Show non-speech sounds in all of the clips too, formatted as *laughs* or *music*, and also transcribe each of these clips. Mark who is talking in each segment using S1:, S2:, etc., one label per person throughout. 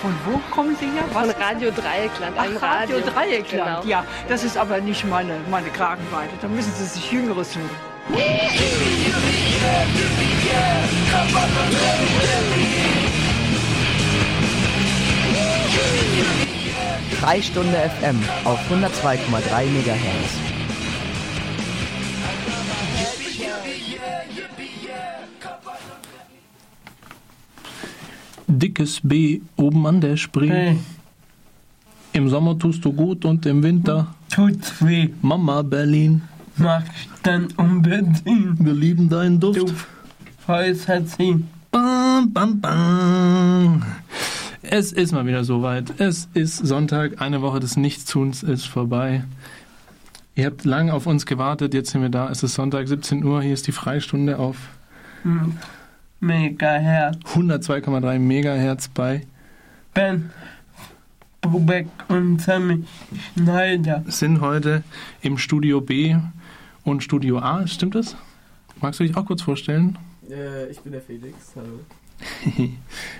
S1: Von wo kommen Sie her?
S2: Von Radio Dreieckland,
S1: Ach,
S2: einem
S1: Radio
S2: Radio.
S1: Dreieckland,
S2: Genau.
S1: ja. Das ist aber nicht meine, meine Kragenweite. Da müssen Sie sich Jüngeres suchen.
S3: Freistunde FM auf 102,3 MHz.
S4: Dickes B oben an der Spree.
S5: Hey,
S4: Im Sommer tust du gut und im Winter
S5: tut's weh,
S4: Mama Berlin.
S5: mach dann unbedingt
S4: Wir lieben deinen Duft.
S5: du halt Häuser ziehen.
S4: Bam, bam, bam. Es ist mal wieder soweit. Es ist Sonntag, eine Woche des Nichtstuns ist vorbei. Ihr habt lang auf uns gewartet, jetzt sind wir da. Es ist Sonntag, 17 Uhr. Hier ist die Freistunde auf
S5: Mega Herr.
S4: 102,3 Megahertz bei
S5: Ben Bubeck und Sammy Schneider.
S4: sind heute im Studio B und Studio A. Stimmt das? Magst du dich auch kurz vorstellen?
S6: Äh, ich bin der Felix, hallo.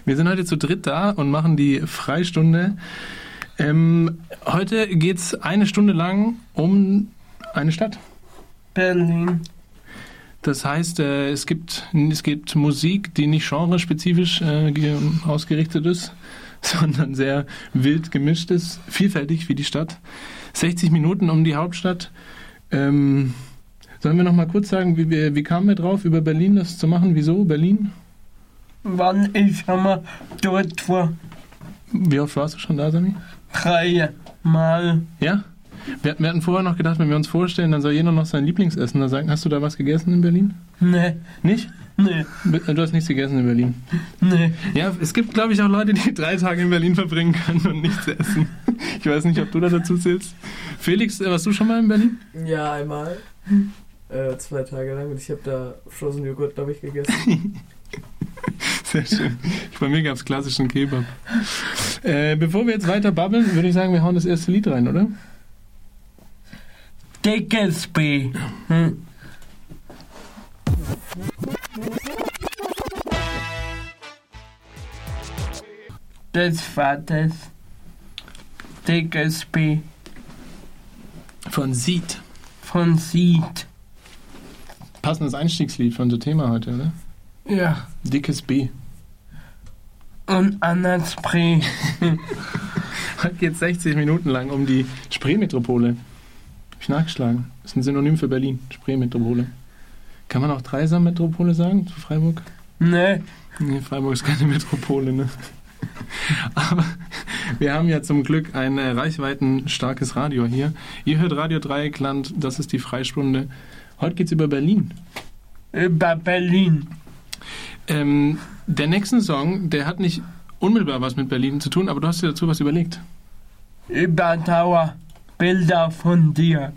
S4: Wir sind heute zu dritt da und machen die Freistunde. Ähm, heute geht's eine Stunde lang um eine Stadt.
S5: Berlin.
S4: Das heißt, äh, es, gibt, es gibt Musik, die nicht genrespezifisch äh, ge- ausgerichtet ist, *laughs* sondern sehr wild gemischt ist, vielfältig wie die Stadt. 60 Minuten um die Hauptstadt. Ähm, sollen wir noch mal kurz sagen, wie, wir, wie kamen wir drauf, über Berlin das zu machen? Wieso Berlin?
S5: Wann ich schon mal dort war.
S4: Wie oft warst du schon da, Sami?
S5: Drei Mal.
S4: Ja? Wir, wir hatten vorher noch gedacht, wenn wir uns vorstellen, dann soll jeder noch sein Lieblingsessen da sagen. Hast du da was gegessen in Berlin?
S5: Ne,
S4: Nicht? äh,
S5: ne,
S4: Du hast nichts gegessen in Berlin.
S5: ne.
S4: Ja, es gibt, glaube ich, auch Leute, die drei Tage in Berlin verbringen können und nichts essen. Ich weiß nicht, ob du da dazu zählst. Felix, äh, warst du schon mal in Berlin?
S6: Ja, einmal. *laughs* Äh, zwei Tage lang und ich habe da Frozen Joghurt, glaube ich, gegessen.
S4: Sehr schön. Bei mir gab es klassischen Kebab. Äh, bevor wir jetzt weiter babbeln, würde ich sagen, wir hauen das erste Lied rein, oder?
S5: Dickes B. Hm. Des Vaters. Dickes B.
S4: Von Seed.
S5: Von Seed.
S4: Passendes Einstiegslied für unser Thema heute, oder?
S5: Ja.
S4: Dickes B.
S5: Und Anna Spree.
S4: Heute geht 60 Minuten lang um die Spreemetropole. Hab ich nachgeschlagen. Ist ein Synonym für Berlin. Spreemetropole. Kann man auch Dreisammetropole sagen zu Freiburg?
S5: ne?
S4: Nee, Freiburg ist keine *laughs* Metropole, ne? Aber wir haben ja zum Glück ein äh, reichweitenstarkes Radio hier. Ihr hört Radio Dreieckland, das ist die Freistunde. Heute geht's über Berlin.
S5: Über Berlin.
S4: Ähm, der nächste Song, der hat nicht unmittelbar was mit Berlin zu tun, aber du hast dir dazu was überlegt.
S5: Über Dauer. Bilder von dir.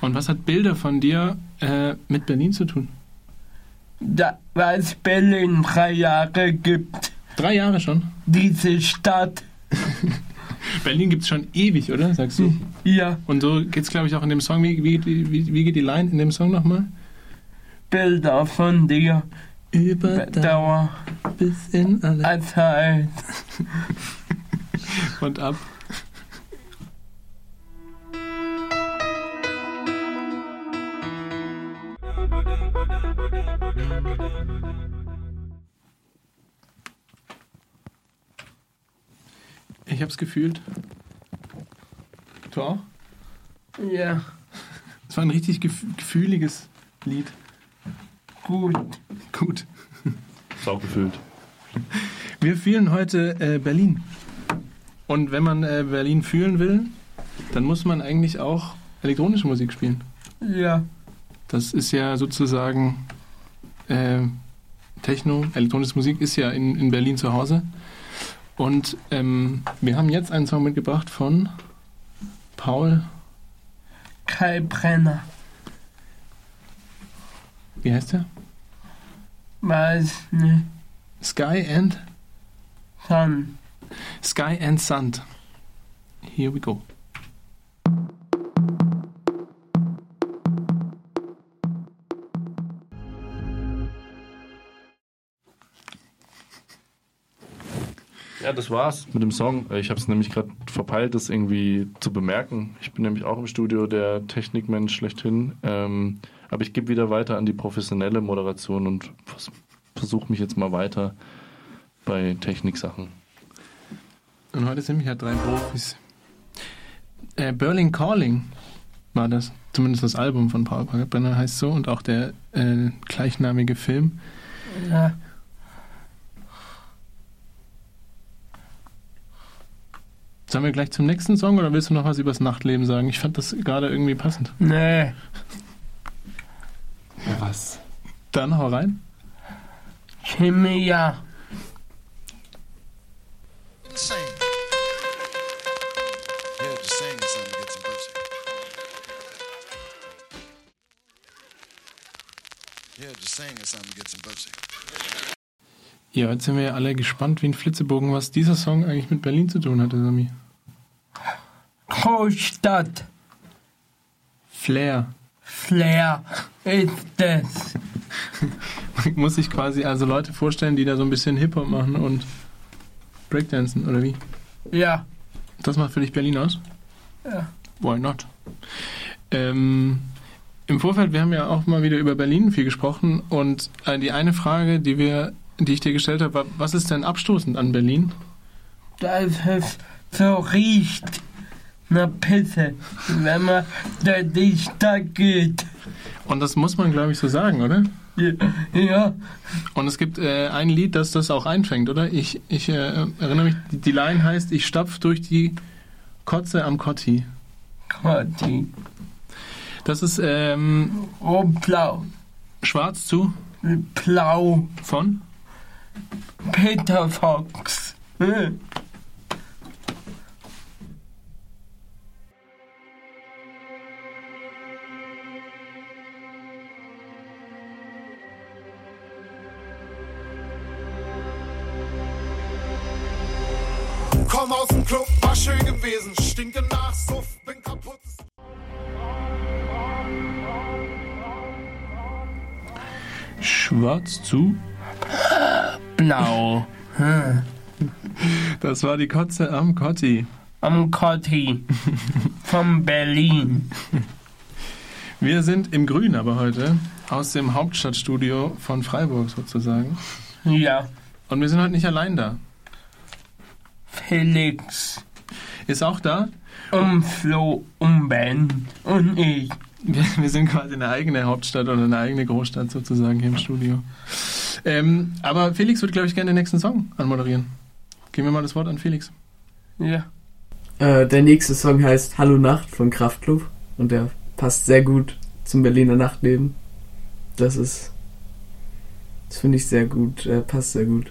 S4: Und was hat Bilder von dir äh, mit Berlin zu tun?
S5: Da, weil es Berlin drei Jahre gibt.
S4: Drei Jahre schon.
S5: Diese Stadt.
S4: Berlin gibt's schon ewig, oder? Sagst du.
S5: Ja.
S4: Und so geht's, glaube ich, auch in dem Song. Wie, wie, wie, wie geht die Line in dem Song nochmal?
S5: Bilder von dir.
S4: Über
S5: Dauer.
S4: bis in alle.
S5: Als halt.
S4: und ab. Ich hab's gefühlt. Du auch?
S5: Ja.
S4: Es war ein richtig gef gefühliges Lied.
S5: Gut.
S4: Gut.
S7: Saugefühlt.
S4: Wir fühlen heute äh, Berlin. Und wenn man äh, Berlin fühlen will, dann muss man eigentlich auch elektronische Musik spielen.
S5: Ja.
S4: Das ist ja sozusagen äh, Techno, elektronische Musik ist ja in, in Berlin zu Hause. Und ähm, wir haben jetzt einen Song mitgebracht von Paul,
S5: Kai Brenner.
S4: wie heißt der?
S5: Weiß nicht.
S4: Sky and
S5: Dann.
S4: Sky and Sand. Here we go.
S7: Ja, das war's mit dem Song. Ich habe es nämlich gerade verpeilt, das irgendwie zu bemerken. Ich bin nämlich auch im Studio der Technikmensch schlechthin. Ähm, aber ich gebe wieder weiter an die professionelle Moderation und vers versuche mich jetzt mal weiter bei Techniksachen.
S4: Und heute sind wir ja drei Profis. Äh, Berlin Calling war das. Zumindest das Album von Paul Brenner heißt so und auch der äh, gleichnamige Film.
S5: Ja.
S4: Sollen wir gleich zum nächsten Song oder willst du noch was über das Nachtleben sagen? Ich fand das gerade irgendwie passend.
S5: Nee.
S4: Was? Dann hau rein.
S5: Chemia.
S2: sing. Yeah, just sing or something to get some verse. Yeah, just sing or something to get some verse.
S4: Ja, jetzt sind wir ja alle gespannt wie ein Flitzebogen, was dieser Song eigentlich mit Berlin zu tun hatte, Sami.
S5: Großstadt.
S4: Flair.
S5: Flair ist es.
S4: *laughs* Muss sich quasi also Leute vorstellen, die da so ein bisschen Hip-Hop machen und Breakdancen, oder wie?
S5: Ja.
S4: Das macht für dich Berlin aus?
S5: Ja.
S4: Why not? Ähm, Im Vorfeld, wir haben ja auch mal wieder über Berlin viel gesprochen und äh, die eine Frage, die wir, die ich dir gestellt habe, war, was ist denn abstoßend an Berlin?
S5: dass es so riecht nach Pisse, wenn man durch die Stadt geht.
S4: Und das muss man, glaube ich, so sagen, oder?
S5: Ja,
S4: Und es gibt äh, ein Lied, das das auch einfängt, oder? Ich, ich äh, erinnere mich, die, die Line heißt, ich stapf durch die Kotze am Kotti.
S5: quasi.
S4: Das ist ähm,
S5: Und blau,
S4: schwarz zu
S5: blau,
S4: von
S5: Peter Fox. Äh,
S2: Komm aus dem Club, war schön gewesen. Stinke nach Suff, bin kaputt.
S4: Schwarz zu
S5: Blau,
S4: Das war die Kotze am Kotti.
S5: am Kotti von Berlin.
S4: Wir sind im Grün aber heute, aus dem Hauptstadtstudio von Freiburg sozusagen.
S5: Ja,
S4: Und wir sind heute nicht allein da.
S5: Felix
S4: Ist auch da.
S5: und Flo und Ben und ich.
S4: Wir, wir sind quasi eine eigene Hauptstadt oder eine eigene Großstadt sozusagen hier im Studio. Ähm, aber Felix würde, glaube ich, gerne den nächsten Song anmoderieren. Geben wir mal das Wort an Felix.
S5: Ja,
S6: *laughs* Äh, der nächste Song heißt Hallo Nacht von Kraftklub und der passt sehr gut zum Berliner Nachtleben. Das ist. Das finde ich sehr gut, äh, passt sehr gut.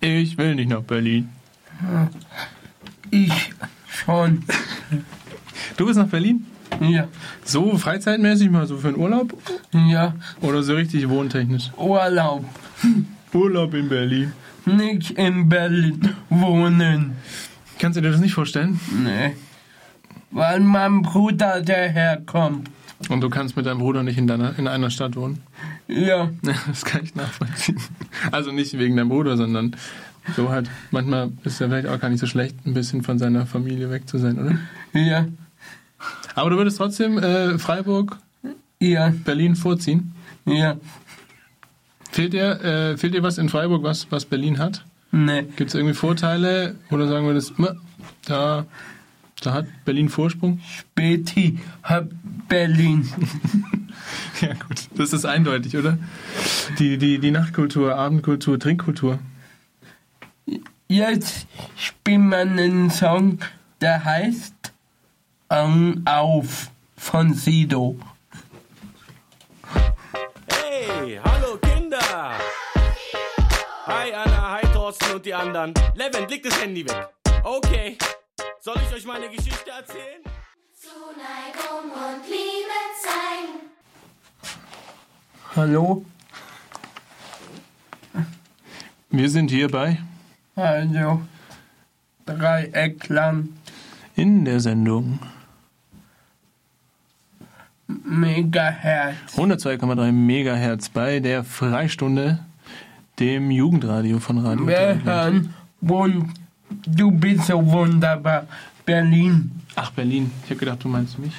S4: Ich will nicht nach Berlin.
S5: ich schon.
S4: Du bist nach Berlin?
S5: Ja,
S4: So freizeitmäßig mal so für einen Urlaub
S5: ja,
S4: oder so richtig wohntechnisch?
S5: Urlaub.
S4: Urlaub in Berlin.
S5: Nicht in Berlin wohnen.
S4: Kannst du dir das nicht vorstellen?
S5: Nee. Weil mein Bruder daherkommt.
S4: Und du kannst mit deinem Bruder nicht in, deiner, in einer Stadt wohnen.
S5: Ja,
S4: Ja, *laughs* Das kann ich nachvollziehen. Also nicht wegen deinem Bruder, sondern so halt. Manchmal ist ja vielleicht auch gar nicht so schlecht, ein bisschen von seiner Familie weg zu sein, oder?
S5: ja,
S4: Aber du würdest trotzdem äh, Freiburg,
S5: ja,
S4: Berlin vorziehen.
S5: ja.
S4: Fehlt dir, äh, fehlt dir was in Freiburg, was, was Berlin hat?
S5: Nee,
S4: Gibt es irgendwie Vorteile? Oder sagen wir das, da, da hat Berlin Vorsprung?
S5: Betty hab Berlin.
S4: *laughs* Ja gut, das ist eindeutig, oder? Die, die, die Nachtkultur, Abendkultur, Trinkkultur.
S5: Jetzt spielt man einen Song, der heißt Ang auf von Sido.
S8: Hey, hallo Kinder! Hi Anna, hi Thorsten und die anderen. Levent, leg das Handy weg. Okay. Soll ich euch meine Geschichte erzählen?
S9: Zuneigung und Liebe zeigen.
S5: Hallo?
S4: Wir sind hier bei
S5: Also, Hallo. Dreieck lang.
S4: In der Sendung
S5: Megahertz.
S4: 102,3 Megahertz bei der Freistunde, dem Jugendradio von Radio
S5: Wir
S4: Dreieckland.
S5: hören Wund. Du bist so wunderbar. Berlin.
S4: Ach, Berlin. Ich habe gedacht, du meinst mich.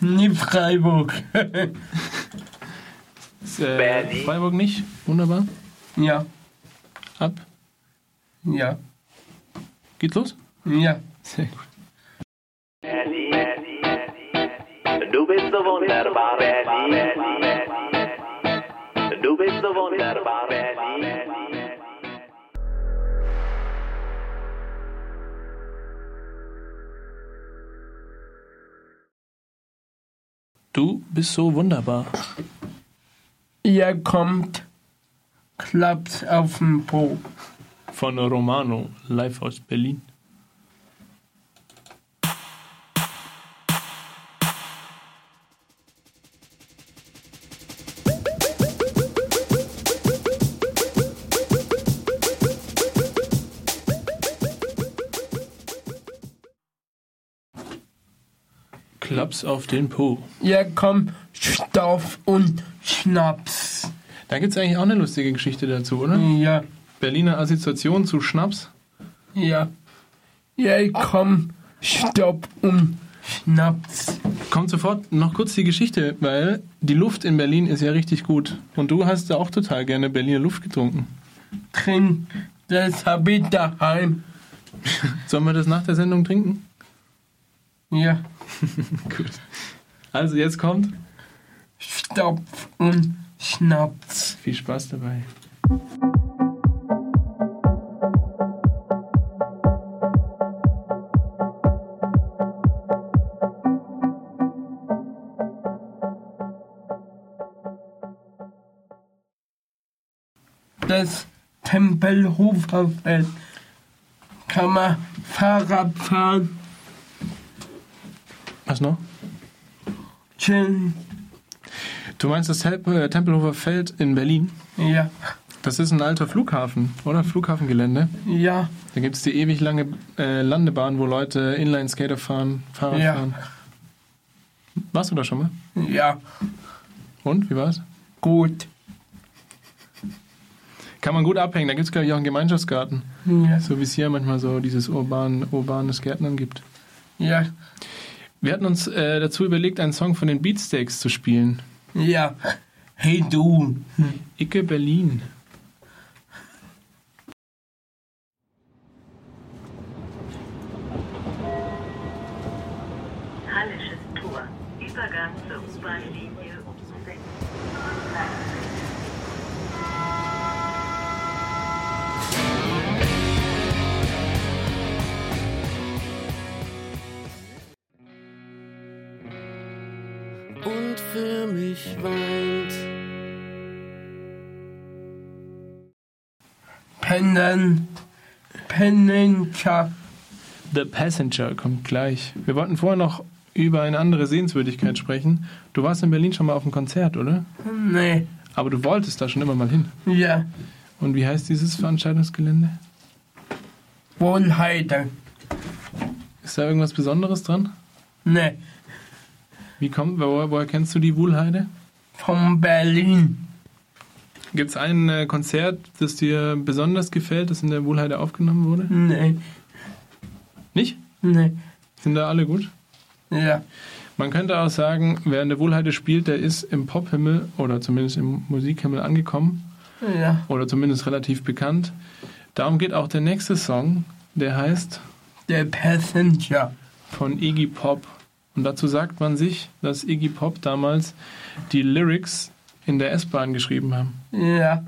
S5: Nie Freiburg. *laughs*
S4: Ist, äh, Freiburg nicht. Wunderbar.
S5: ja,
S4: Ab.
S5: ja,
S4: Geht's los?
S5: ja.
S4: Sehr gut.
S10: Du bist so wunderbar, Berlin. Du bist so wunderbar, Berlin.
S4: Du bist so wunderbar.
S5: Ihr kommt, klappt auf den Po.
S4: Von Romano, live aus Berlin. Klaps auf den Po.
S5: Ihr kommt, Stoff und Schnaps.
S4: Da gibt's eigentlich auch eine lustige Geschichte dazu, oder?
S5: Ja,
S4: Berliner Assoziation zu Schnaps.
S5: ja. Ihr kommt, Stoff und Schnaps.
S4: Kommt sofort noch kurz die Geschichte, weil die Luft in Berlin ist ja richtig gut. Und du hast da auch total gerne Berliner Luft getrunken.
S5: Trink, das hab ich daheim.
S4: Sollen wir das nach der Sendung trinken?
S5: Ja,
S4: Gut. Also jetzt kommt.
S5: Stoff und Schnaps.
S4: Viel Spaß dabei.
S5: das Tempelhofer Feld. Kann man Fahrrad fahren,
S4: Was noch?
S5: chillen.
S4: Du meinst das Hel- äh, Tempelhofer Feld in Berlin?
S5: Ja,
S4: Das ist ein alter Flughafen, oder? Flughafengelände.
S5: ja,
S4: Da gibt's die ewig lange äh, Landebahn, wo Leute Inline-Skater fahren, Fahrrad
S5: Ja.
S4: fahren. Warst du da schon mal?
S5: ja,
S4: Und, wie war's?
S5: gut.
S4: Kann man gut abhängen. Da gibt's glaube ich, auch einen Gemeinschaftsgarten.
S5: Ja,
S4: So wie es hier manchmal so dieses urban, urbanes Gärtnern gibt.
S5: ja,
S4: Wir hatten uns äh, dazu überlegt, einen Song von den Beatsteaks zu spielen.
S5: ja. Hey du,
S4: Icke Berlin.
S11: Hallisches Tor. Übergang zur U-Bahn-Linie um 6.
S10: Und für mich weint.
S5: Pennen, Pennenka.
S4: The Passenger kommt gleich. Wir wollten vorher noch über eine andere Sehenswürdigkeit sprechen. Du warst in Berlin schon mal auf einem Konzert, oder?
S5: Nee,
S4: Aber du wolltest da schon immer mal hin.
S5: ne, ja,
S4: Und wie heißt dieses Veranstaltungsgelände?
S5: Wohlheide.
S4: Ist da irgendwas Besonderes dran?
S5: Nee,
S4: Wie kommt, woher, woher kennst du die Wuhlheide?
S5: von Berlin.
S4: Gibt es ein äh, Konzert, das dir besonders gefällt, das in der Wuhlheide aufgenommen wurde?
S5: Nee,
S4: Nicht?
S5: nee,
S4: Sind da alle gut?
S5: ne, ja,
S4: Man könnte auch sagen, wer in der Wohlheide spielt, der ist im Pophimmel oder zumindest im Musikhimmel angekommen
S5: ja.
S4: oder zumindest relativ bekannt. Darum geht auch der nächste Song, der heißt
S5: Der Passenger.
S4: von Iggy Pop. Und dazu sagt man sich, dass Iggy Pop damals die Lyrics in der S-Bahn geschrieben haben.
S5: Ja,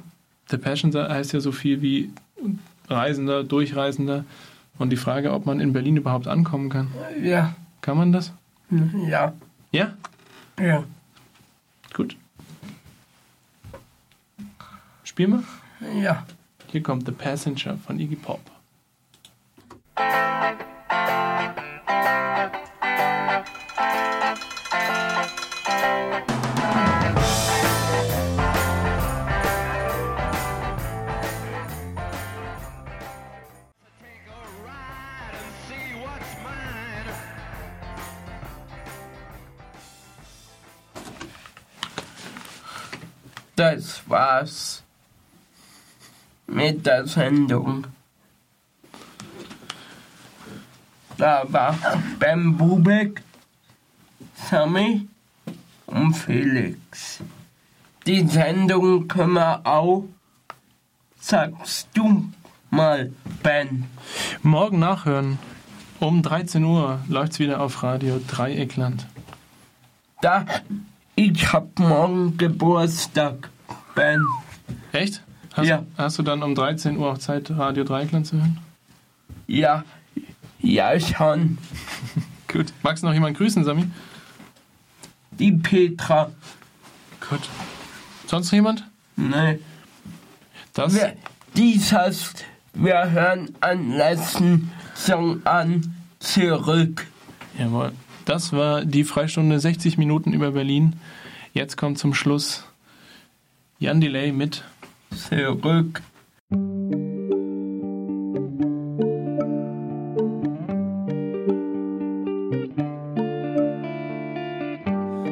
S4: The Passenger heißt ja so viel wie Reisender, Durchreisender. Und die Frage, ob man in Berlin überhaupt ankommen kann.
S5: ja,
S4: Kann man das?
S5: ja,
S4: Ja?
S5: ja,
S4: Gut. Spielen wir?
S5: ja.
S4: Hier kommt The Passenger von Iggy Pop.
S5: das war's mit der Sendung. Da war Ben Bubek, Sammy und Felix. Die Sendung können wir auch. Sagst du mal, Ben.
S4: Morgen nachhören. Um 13 Uhr läuft's wieder auf Radio Dreieckland.
S5: Da, ich hab morgen Geburtstag, Ben.
S4: Echt? Hast,
S5: Ja.
S4: Hast du dann um 13 Uhr auch Zeit, Radio Dreieckland zu hören?
S5: Ja, ja schon.
S4: Gut. Magst du noch jemanden grüßen, Sami?
S5: Die Petra.
S4: Gut. Sonst noch jemand?
S5: Ne.
S4: Das?
S5: Wir, dieses, wir hören an letzten Song an zurück.
S4: Jawohl. Das war die Freistunde 60 Minuten über Berlin. Jetzt kommt zum Schluss Jan Delay mit
S5: Zurück.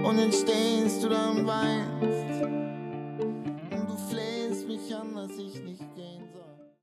S12: und dann stehst du da und weinst und du flehst mich an, dass ich nicht gehen soll.